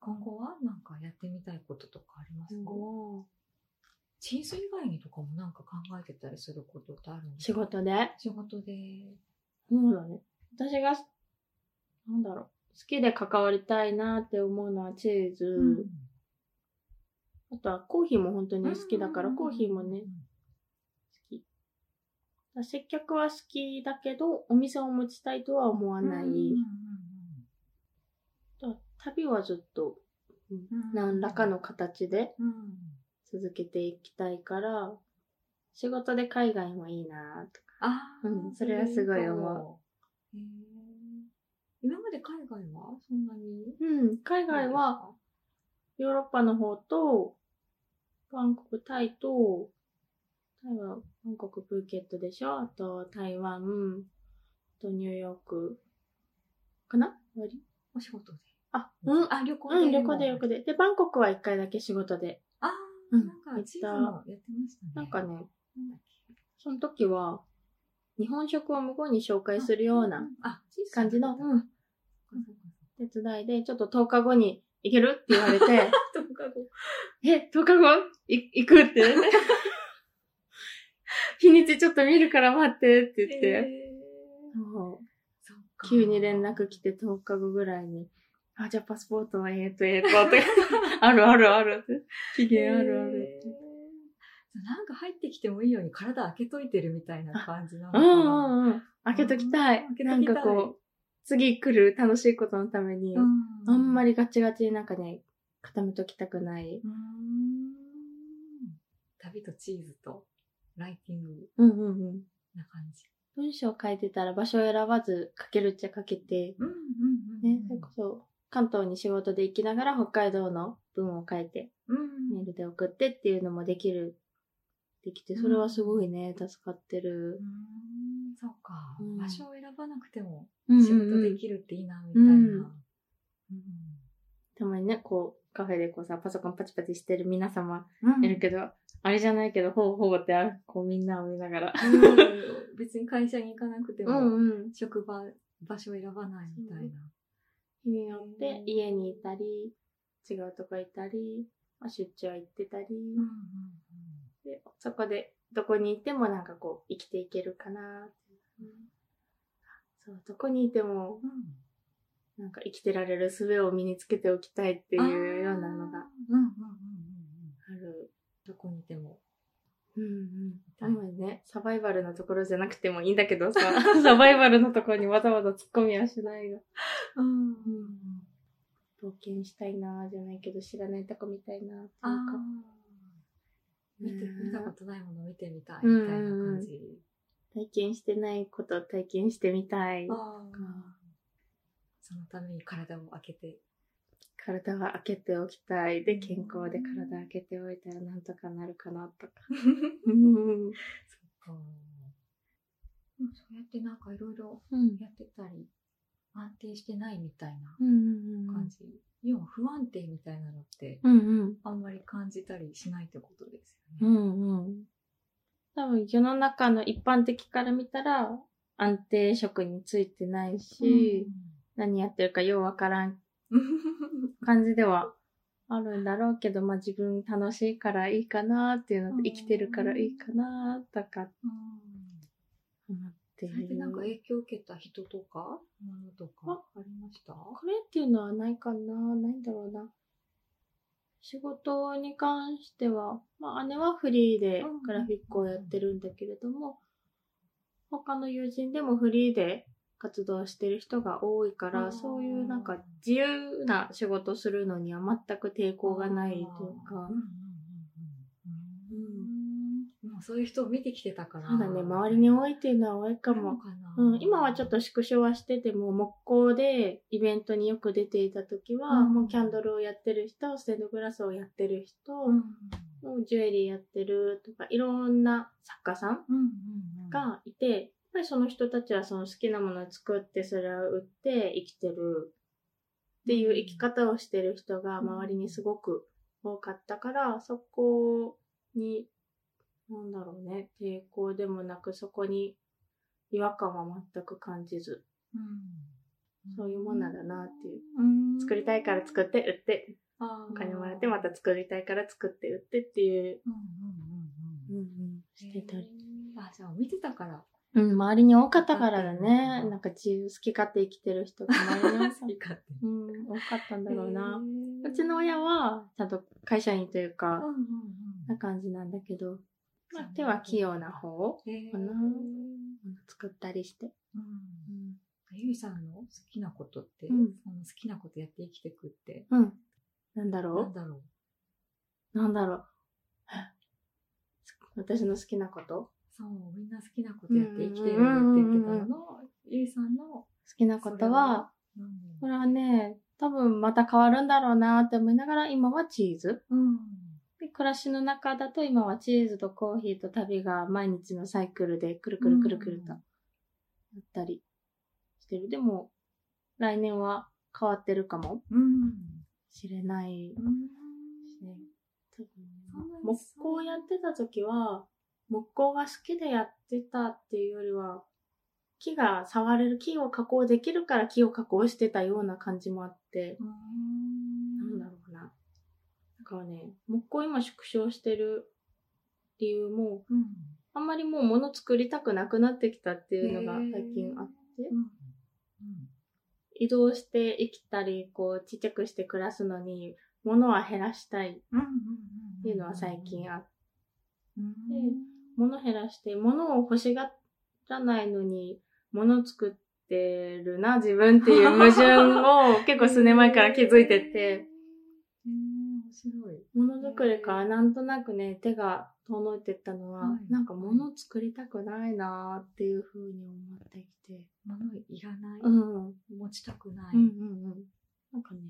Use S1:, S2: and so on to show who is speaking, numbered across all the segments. S1: 今後はなんかやってみたいこととかあります
S2: 今
S1: か
S2: 後は
S1: チーズ以外にとかもなんか考えてたりすることってあるんです
S2: 仕
S1: か
S2: 事で
S1: 仕事で。
S2: そうだね。私が、なんだろう、好きで関わりたいなって思うのはチーズ。あとはコーヒーも本当に好きだから、コーヒーもね、好き。接客は好きだけど、お店を持ちたいとは思わ
S1: うん、
S2: ない。あとは旅はずっと何らかの形で
S1: うん。
S2: 続けていきたいから、仕事で海外もいいなとか。
S1: ああ、
S2: うんそれはすごい思う
S1: う。へえ今まで海外はそんなに
S2: うん、海外は、ヨーロッパの方と、バンコク、タイと、タイはバンコク、プーケットでしょあと、台湾、あとニューヨーク、かな終わり
S1: お仕事で。
S2: あ、うん、
S1: あ、旅行
S2: うん、旅行で旅
S1: よ
S2: 行で。で、バンコクは一回だけ仕事で。
S1: ああ、
S2: うん
S1: なんかチーズもやってましたね。
S2: なんかね、
S1: なんだっけ、
S2: その時は、日本食を向こうに紹介するような
S1: あチーズ
S2: 感じの、、
S1: そううん
S2: 手伝いで、ちょっと10日後に行けるって言われて、
S1: かそうか10日後
S2: え、10日後い行くって。 日にちちょっと見るから待ってって言って。
S1: へー
S2: そう
S1: そっか
S2: 急に連絡来て10日後ぐらいに、あ、じゃあパスポートはええとええとって。 あるあるあるって。期限あるあるって。
S1: へーなんか入ってきてもいいように体開けといてるみたいな感じなのか
S2: う
S1: な。
S2: んうんうん。開けときたい
S1: うん開。けときた
S2: ないんかこう、次来る楽しいことのために、あんま
S1: り。
S2: りガチガチになんかね、固めときたくない。
S1: うーん旅とチーズとライティング
S2: うんうんうん。
S1: な感じ。
S2: 文章書いてたら場所を選ばず書けるっちゃ書けて、
S1: うんうんうん
S2: ね、それこそ関東に仕事で行きながら北海道の文を書いて
S1: うん
S2: メールで送ってっていうのもできるできてそれはすごいね助かって
S1: う、ー
S2: る
S1: んそうか、
S2: うん
S1: 場所を選ばなくても
S2: うんうん
S1: 仕事
S2: う
S1: で
S2: ん
S1: きるっていいなみたいな、
S2: うん
S1: う
S2: たまにねこうカフェでこうさパソコンパチパチしてる皆様
S1: ん
S2: いるけど、あれじゃないけどほうほうってあこうみんなを見ながら
S1: うん別に会社に行かなくて
S2: う
S1: も、
S2: んうん
S1: 職場場所を選ばないみたいな、
S2: 日によって家にいたり違うとこ行ったりまあ出張行ってたり、
S1: うんうん
S2: でそこでどこに行ってもなんかこう生きていけるかなっていう、そうどこにいても
S1: うん
S2: なんか生きてられる術を身につけておきたいっていうようなのが
S1: あーうんうんうんうん
S2: ある。
S1: どこにいても
S2: うんうん。多分ね、サバイバルのところじゃなくてもいいんだけどさ、 サバイバルのところにわざわざ突っ込みはしないが。
S1: うんうん
S2: 冒険したいなーじゃないけど、知らないとこ見たいなーっていうか
S1: あー。見て見たことないもの見てみたいみたいな感じ、
S2: 体験してないことを体験してみたい。
S1: あーそのために体を開けて
S2: 体は開けておきたい。で、健康で体開けておいたらなんとかなるかなとか。うん。
S1: そっかでもそうやってなんかいろいろ
S2: うん。
S1: やってたり安定してないみたいな
S2: うんうんうん
S1: 感じ、要は不安定みたいなのって
S2: うんうん。
S1: あんまり感じたりしないってことです
S2: う
S1: よね。
S2: んうん。多分世の中の一般的から見たら安定職についてないし、何やってるかようわからん
S1: うん
S2: 感じではあるんだろうけど、まあ自分楽しいからいいかなっていうのと
S1: うん
S2: 生きてるからいいかなとか
S1: うん
S2: 思って
S1: それ
S2: い
S1: で
S2: る。
S1: なんか影響を受けた人とかものとかありました
S2: これっていうのはないかなないんだろうな。仕事に関しては、まあ姉はフリーで
S1: うん
S2: グラフィックをやってるんだけれども、他の友人でもフリーで活動してる人が多いか
S1: う
S2: ら、
S1: ん
S2: そういうなんか自由な仕事するのには全く抵抗がないというか
S1: ん、うんうんうんうんもうそういう人を見てきてたから。
S2: そうだね、周りに多いっていうのは多いかも。うん、今はちょっと縮小はしてても、木工でイベントによく出ていた時は、
S1: うん
S2: もうキャンドルをやってる人、ステンドグラスをやってる人、
S1: うんうん
S2: もうジュエリーやってるとか、いろんな作家さん
S1: うんうん、
S2: がいて、やっぱりその人たちはその好きなものを作って、それを売って生きてるっていう生き方をしてる人が周りにすごく多かったから、そこに、なんだろうね、抵抗でもなく、そこに違和感は全く感じず。
S1: うん
S2: そういうもんなんだなっていう。
S1: うん
S2: 作りたいから作って、売って、
S1: あー
S2: お金もらって、また作りたいから作って、売ってっていう。
S1: うんうんうんうん
S2: してたり。
S1: あじゃあ見てたから
S2: うん、周りに多かったから
S1: 多か
S2: だ
S1: った
S2: ね。なんか自由好き勝手生きてる人が周りに多 かった。
S1: いいかって
S2: うん、多かったんだろうな。
S1: へー
S2: うちの親は、ちゃんと会社員という
S1: う
S2: か
S1: ん、うんう
S2: なん感じなんだけど、ま
S1: そ
S2: あ
S1: う、ね
S2: 手は器用な方
S1: へー
S2: かな
S1: うん
S2: 作ったりして。
S1: ゆいさんの好きなことって、
S2: うん
S1: あの好きなことやって生きてくって、
S2: うん。なんだ
S1: なん
S2: ろ
S1: だろう
S2: うなんだろう 私の好きなこと
S1: そう、みんな好きなことやって生きてるって言ってたのの、ゆいさんの、
S2: 好きなことは、
S1: なん
S2: こ
S1: だろ
S2: れはね、多分また変わるんだろうなって思いながら、今はチーズ。
S1: ううん。
S2: で、暮らしの中だと今はチーズとコーヒーと旅が毎日のサイクルでくるくるくるくると、
S1: う
S2: や
S1: ん
S2: ったりしてる。でも、来年は変わってるかも
S1: うん。
S2: しれないしね。多分木工やってた時は、木工が好きでやってたっていうよりは、木が触れる、木を加工できるから木を加工してたような感じもあって、
S1: う
S2: なん
S1: ん。
S2: だろうな。だからね、木工今縮小してる理由も、
S1: うん。
S2: あんまりもう物作りたくなくなってきたっていうのが最近あって、
S1: うん。うん。
S2: 移動して生きたり、こうちっちゃくして暮らすのに、物は減らしたいっ
S1: うん。
S2: ていうのは最近あって、
S1: うん。
S2: 物減らして、物を欲しがらないのに、物作ってるな、自分っていう矛盾を結構数年前から気づいてて、。
S1: えー、面白い。
S2: ものづくりからなんとなくね、手が遠のいてったのは、
S1: はい
S2: なんか物を作りたくないなっていうふうに思ってきて。
S1: 物いらない。
S2: うん。うん
S1: 持ちたくない。
S2: うんうん。なんかね、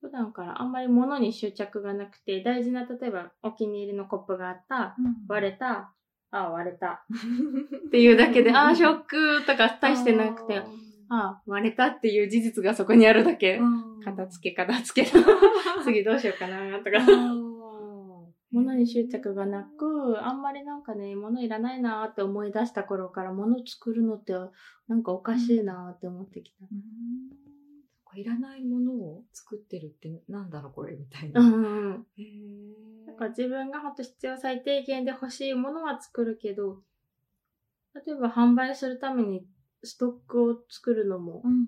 S2: 普段からあんまり物に執着がなくて、大事な、例えばお気に入りのコップがあった、割れた、ああ割れたっていうだけで、ああショックとか大してなくて、ああ割れたっていう事実がそこにあるだけ。片付け片付け。 次どうしようかなとか。物に執着がなく、あんまりなんかね、物いらないなーって思い出した頃から物作るのってなんかおかしいなーって思ってきた。
S1: うんそっかいらないものを作ってるってなんだろうこれみたいな。
S2: う
S1: へ
S2: んうんうん。
S1: ー
S2: なんか自分がほんと必要最低限で欲しいものは作るけど、例えば販売するためにストックを作るのも
S1: う、んうん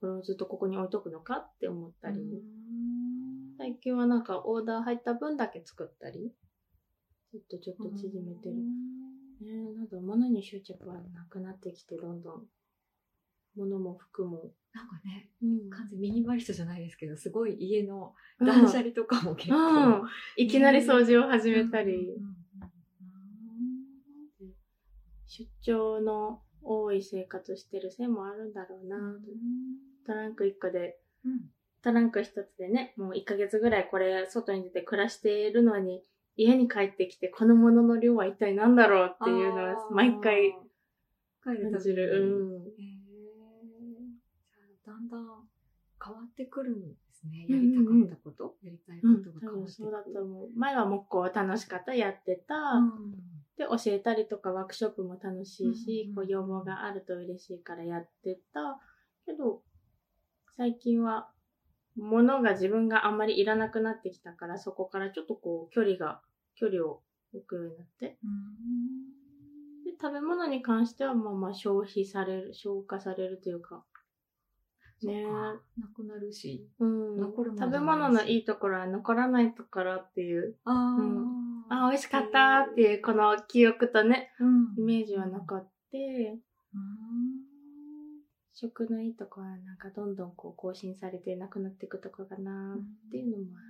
S2: これをずっとここに置いとくのかって思ったり、
S1: うん
S2: 最近はなんかオーダー入った分だけ作ったり、ちょっとちょっと縮めてる。ねえ、なんか物に執着はなくなってきて、どんどん。物も服も。
S1: なんかね、
S2: うん
S1: 完全ミニマリストじゃないですけど、すごい家の
S2: 断
S1: 断
S2: 捨
S1: 捨
S2: 離
S1: 離とかも結
S2: う
S1: 構
S2: ん。いきなり掃除を始めたり、
S1: うんうん
S2: 出張の多い生活してるせいもあるんだろうな。
S1: うん
S2: トランク1個で、
S1: うん
S2: トランク1つでね、もう1ヶ月ぐらいこれ外に出て暮らしているのに、家に帰ってきてこの物の量は一体何だろうっていうのは毎回
S1: 帰る
S2: 感
S1: た
S2: じ
S1: びに
S2: る。う
S1: へ
S2: ん。
S1: ーじゃあだんだん変わってくるんですね。やりたかったこと、やりたいこ
S2: うん、多
S1: とが変わ
S2: 分
S1: ってく
S2: そう
S1: る。
S2: だと思う。前は木工楽しかった、やってた。
S1: うん
S2: で、教えたりとかワークショップも楽しいし、
S1: うんうん
S2: こう要望があると嬉しいからやってたけど、最近は物が自分があんまりいらなくなってきたから、そこからちょっとこう距離が、距離を置くようになって。で、食べ物に関してはまあまあ消費される、消化されるというか、ねえ
S1: そっかなくなるし。
S2: うん。
S1: 残るもの
S2: 食べ物のいいところは残らないところっていう、
S1: ああ
S2: あ、美味しかったっていう、この記憶とね、イメージはな
S1: っ
S2: かった。
S1: た。
S2: 食のいいとこはなんかどんどんこう更新されてなくなっていくとこかなっていうのもある。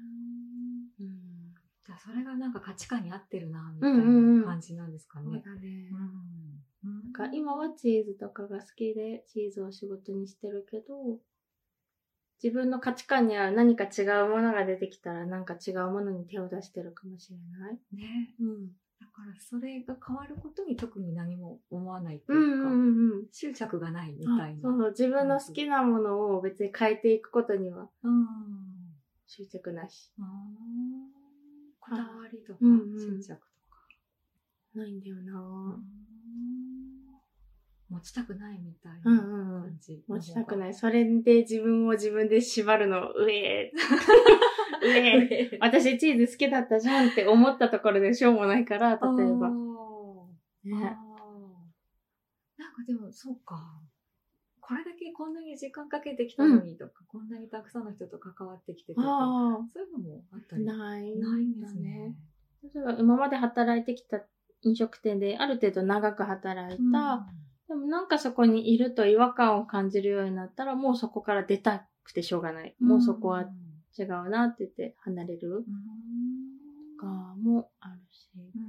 S1: じゃあそれがなんか価値観に合ってるな、みた
S2: う
S1: い
S2: んうんうん
S1: な感じなんですか
S2: そう
S1: ね。
S2: だね。
S1: うん
S2: なんか今はチーズとかが好きでチーズを仕事にしてるけど、自分の価値観に合う何か違うものが出てきたらなんか違うものに手を出してるかもしれない。
S1: ね。
S2: うん。
S1: だからそれが変わることに特に何も思わないって
S2: う
S1: い
S2: ん
S1: う
S2: う
S1: か、
S2: んうん。
S1: 執着がないみた
S2: あ
S1: いな。
S2: そうそう。自分の好きなものを別に変えていくことには
S1: うん
S2: 執着なし。
S1: あーこだわりとか
S2: うんうん
S1: 執着とか。
S2: ないんだよなぁ。
S1: うん持ちたくないみたいな
S2: うんうんうん
S1: 感じ。
S2: 持ちたく
S1: い。
S2: ない。それで自分を自分で縛るの、うえ ーうえー私チーズ好きだったじゃんって思ったところでしょうもないから、例え
S1: あ
S2: ば。
S1: ー
S2: ね、
S1: なんかでも、そうか。これだけこんなに時間かけてきたのにとか、こんなにたくさんの人と関わってきてとか、
S2: あ
S1: そういうのもあった
S2: あ、
S1: り
S2: ない。
S1: ないんですね。
S2: 例えば今まで働いてきた飲食店である程度長く働いた、でもなんかそこにいると違和感を感じるようになったら、もうそこから出たくてしょうがない。
S1: うん
S2: もうそこは
S1: うん
S2: 違うなって言って離れるとかもあるし。
S1: うん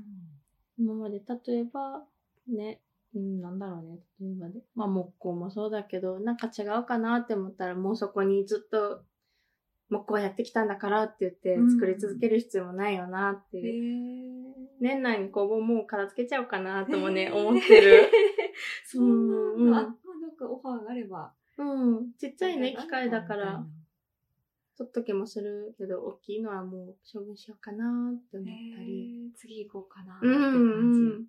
S2: 今まで例えばね、うん、なんだろうね例えばねまあ木工もそうだけどなんか違うかなって思ったらもうそこにずっと木工やってきたんだからって言って
S1: うん
S2: 作り続ける必要もないよなって
S1: へ
S2: いう、
S1: ー
S2: 年内に工房もう片付けちゃおうかなともね、
S1: へー
S2: 思ってる、
S1: そんなのあ
S2: うん
S1: まあなんかオファーがあれば。
S2: うん、ちっちゃいね機械だか
S1: みたい
S2: ら
S1: な。
S2: 取っとけもするけど大きいのはもう処分しようかなって思ったり、
S1: へー次行こうかなって
S2: うんうん
S1: 感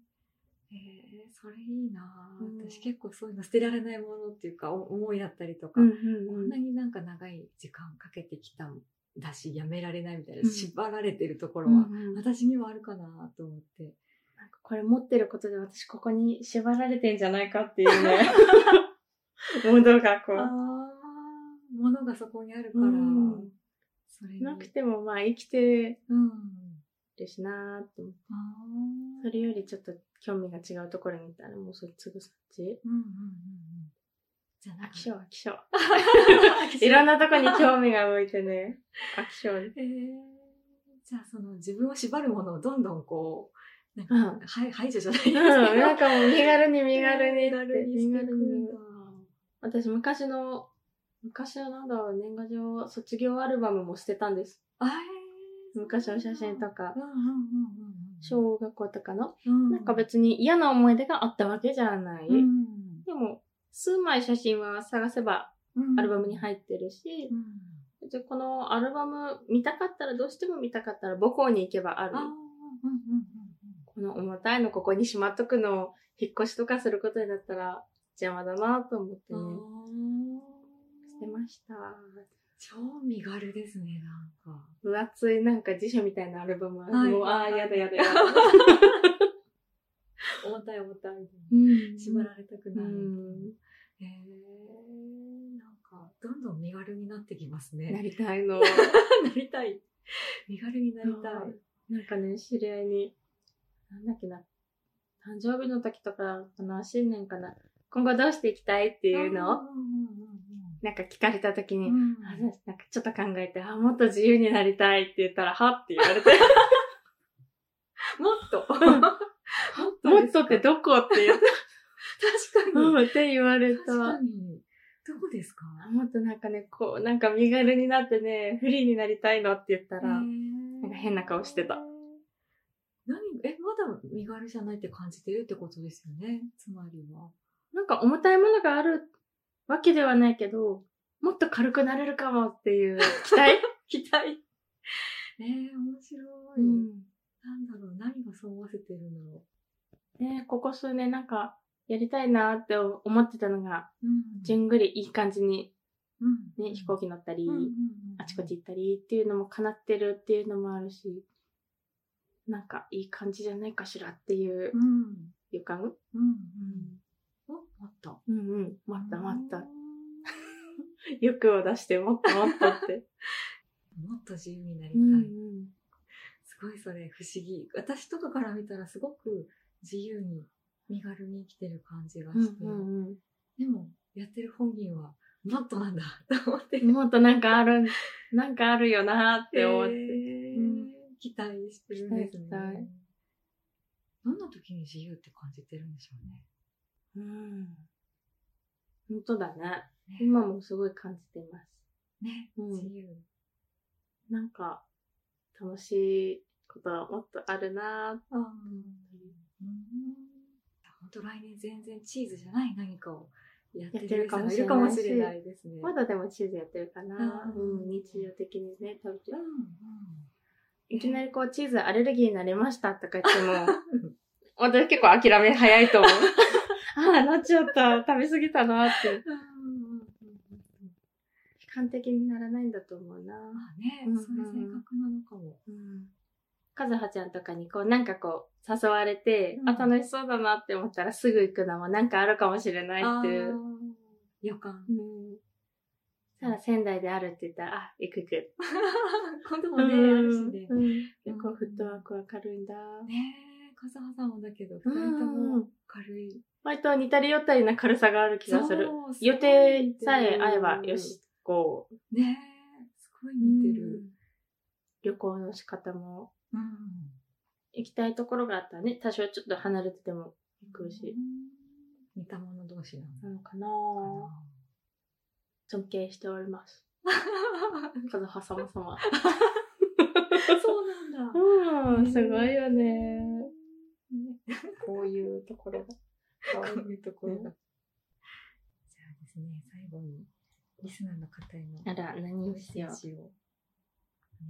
S1: じ。へえそれいいなぁ、
S2: うん
S1: 私結構そういうの捨てられないものっていうかお思いだったりとか、
S2: うん
S1: こ
S2: うん
S1: ん
S2: う
S1: なんになんか長い時間かけてきたんだしやめられないみたいな、
S2: うん
S1: 縛られてるとこ
S2: う
S1: ろ
S2: ん
S1: は、
S2: うん
S1: 私にはあるかなと思って
S2: なんかこれ持ってることで私ここに縛られてんじゃないかっていう ね。ものがこ
S1: あ
S2: う。
S1: ーものがそこにあるから、
S2: うん
S1: それに
S2: なくてもまあ生きて
S1: うん
S2: るしなーって思って。
S1: あー
S2: それよりちょっと興味が違うところに行ったらもうそっちぐそっち。
S1: うんうんうんうんじゃあなん
S2: 飽
S1: か
S2: き性飽き性。
S1: 飽き性
S2: いろんなとこに興味が向いてね。飽き性に。
S1: えーじゃあその自分を縛るものをどんどんこう、なんか、
S2: うん
S1: はい、排除じゃないです
S2: う
S1: けど、
S2: ん、なんかもう身軽に身軽にって。
S1: 身軽にしていくんだ。
S2: 私昔の、昔はなんだろう、年賀状、卒業アルバムも捨てたんです。
S1: あー
S2: 昔の写真とか
S1: うんうんうんうんうん
S2: 小学校とかの。
S1: うん
S2: なんか別に嫌な思い出があったわけじゃない。
S1: うん
S2: でも、数枚写真は探せば
S1: うん
S2: アルバムに入ってるし
S1: う、ん
S2: じゃあこのアルバム見たかったら、どうしても見たかったら母校に行けばある
S1: あー。うん
S2: この重たいのここにしまっとくのを引っ越しとかすることになったら邪魔だなと思って
S1: うんうんうん
S2: ね、
S1: あ
S2: 捨て
S1: ー
S2: ました。
S1: 超身軽ですね、なんか。
S2: 分厚いなんか辞書みたいなアルバムは、
S1: はい
S2: もう、ああ、やだや だやだ。
S1: 重たい重たい。
S2: うん
S1: 縛られたく
S2: う
S1: ない。
S2: ん。
S1: へーなんか、どんどん身軽になってきますね。
S2: なりたいの。
S1: なりたい。身軽になりたい。
S2: なんかね、知り合いに、なんだっけな、誕生日の時とかかな、新年かな、今後どうしていきたいって
S1: て
S2: いうのを、
S1: を
S2: なんか聞かれた時に、あなんかちょっと考えて、あ、もっと自由になりたいって言ったら、はって言 われて、
S1: もっと。
S2: もっとってどこって言って、
S1: 確かに。
S2: うん、って言われた。
S1: 確かに。どこですか
S2: もっとなんかね、こう、なんか身軽になってね、フリーになりたいのって言った
S1: な
S2: ら、
S1: ん
S2: か変な顔してた。
S1: 何え、まだ身軽じゃないって感じてるってことですよね。つまりは。
S2: なんか重たいものがあるわけではないけど、もっと軽くなれるかもっていう期 待期待
S1: えー、面白い。
S2: うん
S1: なんだろう。何がそう思わせてるんだろ
S2: ね、ここ数年なんかやりたいなって思ってたのが、
S1: う。うん
S2: じゅんぐりいい感じに、
S1: うん
S2: ね、飛行機乗ったり、
S1: うんうんうん
S2: あちこち行ったりっていうのも叶ってるっていうのもあるし、なんかいい感じじゃないかしらっていう
S1: うん。うん
S2: 予感、
S1: うん。おもっと。
S2: うん、うんうん待った待っ
S1: う
S2: た
S1: ん。
S2: 欲を出してもっともっとって。
S1: もっと自由になりた
S2: う
S1: い。
S2: ん
S1: すごいそれ不思議。私とかから見たらすごく自由に身軽に生きてる感じが
S2: うん
S1: して、
S2: うん
S1: でもやってる本人はもっとなんだと思って
S2: うんもっとなんかある、なんかあるよなって思って。うん
S1: 期待してるんですね
S2: 期待。
S1: どんな時に自由って感じてるんでしょうね。
S2: うん本当だね。
S1: ね
S2: 今もすごい感じています。
S1: ね、
S2: うん
S1: 自由。
S2: なんか、楽しいことはもっとあるな
S1: あ本当来年全然チーズじゃない何かをやってる人がいるかもしれないですね。
S2: ぁまだでもチーズやってるかな
S1: あー
S2: うん、日常的にね、食べて
S1: うん
S2: る。
S1: うん、
S2: いきなりこう、チー ズアレルギーになりましたとか言っても
S1: うん、
S2: 私結構諦め早いと思う。ああ、なっちゃった。食べ過ぎたなって。
S1: ま
S2: 悲観的にならないんだと思うな。
S1: あね、
S2: うんうん
S1: そういう性格なのかも。
S2: うん。和葉ちゃんとかにこう、なんかこう、誘われて、
S1: うん
S2: あ、楽しそうだなって思ったらすぐ行くのもなんかあるかもしれないってい
S1: あ
S2: う。
S1: ー予感。
S2: うん。そしたら仙台であるって言ったら、あ、行く行く。
S1: 今度も
S2: う
S1: ね、あるし
S2: ん。
S1: ね。
S2: でこう、フットワークは軽いんだ。
S1: ねえ、笠原さんもだけど、二
S2: うん
S1: 人とも軽い。
S2: 割と似たり寄ったりな軽さがある気がする。
S1: そう
S2: 予定さえ合えば、よ。し、こう。
S1: すごい似てるねえ、すごい似てる。
S2: 旅行の仕方も、
S1: うん。
S2: 行きたいところがあったらね、多少ちょっと離れてても行くし。
S1: 似た者同士なの
S2: なのかな
S1: か
S2: 尊敬しております。
S1: な。
S2: カズハ様様。
S1: そうなんだ。
S2: うん、
S1: すごい
S2: よね。
S1: ね
S2: こういうところが。
S1: こういうところが。じゃあですね、最後に、リスナーの方への
S2: あら、何
S1: メ
S2: を
S1: ッ
S2: し
S1: セ
S2: よ
S1: ー
S2: う。
S1: ジをお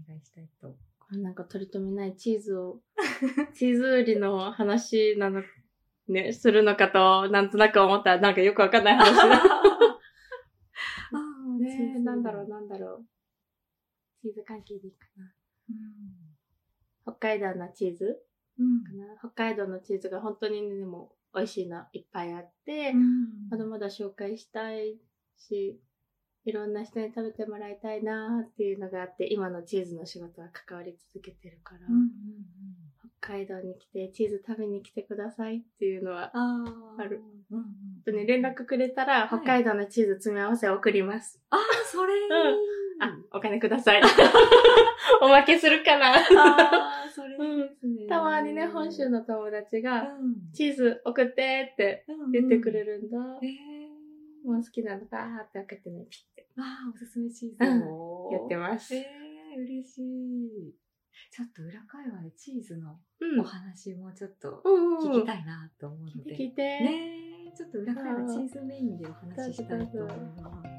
S1: 願いしたいと。
S2: これなんか取り留めないチーズを、 チーズ売りの話なの、ね、するのかと、なんとなく思ったら、なんかよくわかんない話だ。
S1: ああ
S2: ねえ、なんだろう、。なんだろう。チーズ関係でいいかな。北海道のチーズ
S1: うん。
S2: かな北海道のチーズが本当にね、でも美味しいのいっぱいあって、
S1: うん
S2: まだまだ紹介したいし、いろんな人に食べてもらいたいなーっていうのがあって、今のチーズの仕事は関わり続けてるから、
S1: うんうんうん
S2: 北海道に来てチーズ食べに来てくださいっていうのは、
S1: あー
S2: ある。
S1: うんうん
S2: 本当に連。絡くれたら、
S1: い
S2: 北海道のチーズ詰め合わせを送ります。
S1: ああ、それいい。
S2: あ、お金くだ さい。おまけするかな。
S1: あーそれいいですね。
S2: たまにね、本州の友達
S1: う
S2: が、
S1: ん
S2: チーズ送ってって
S1: うん
S2: 言ってくれるんだ。
S1: ええ
S2: もう好きなのかーって開けてね、ピッて
S1: わあ、おすすめシーズンを。
S2: やってます。
S1: ええ嬉しい。ちょっと裏会話でチーズの
S2: うん
S1: お話もちょっと
S2: うんうん。
S1: 聞きたいなと思うの
S2: 聞い
S1: で。
S2: て聞いて。
S1: ねえ、ちょっと裏会話チーズメインでお話ししたいと思います。